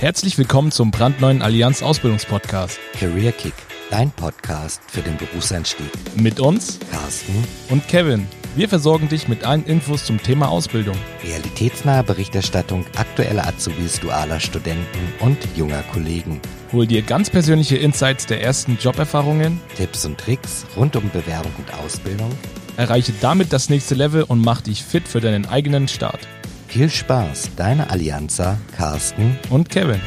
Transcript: Herzlich willkommen zum brandneuen Allianz Ausbildungspodcast Career Kick, dein Podcast für den Berufseinstieg. mit uns Carsten, und Kevin. Wir versorgen dich mit allen Infos zum Thema Ausbildung. realitätsnahe Berichterstattung aktueller Azubis, dualer Studenten und junger Kollegen. Hol dir ganz persönliche Insights der ersten Joberfahrungen, Tipps und Tricks rund um Bewerbung und Ausbildung. erreiche damit das nächste Level und mach dich fit für deinen eigenen Start. Viel Spaß, deine Allianza, Carsten Und Kevin.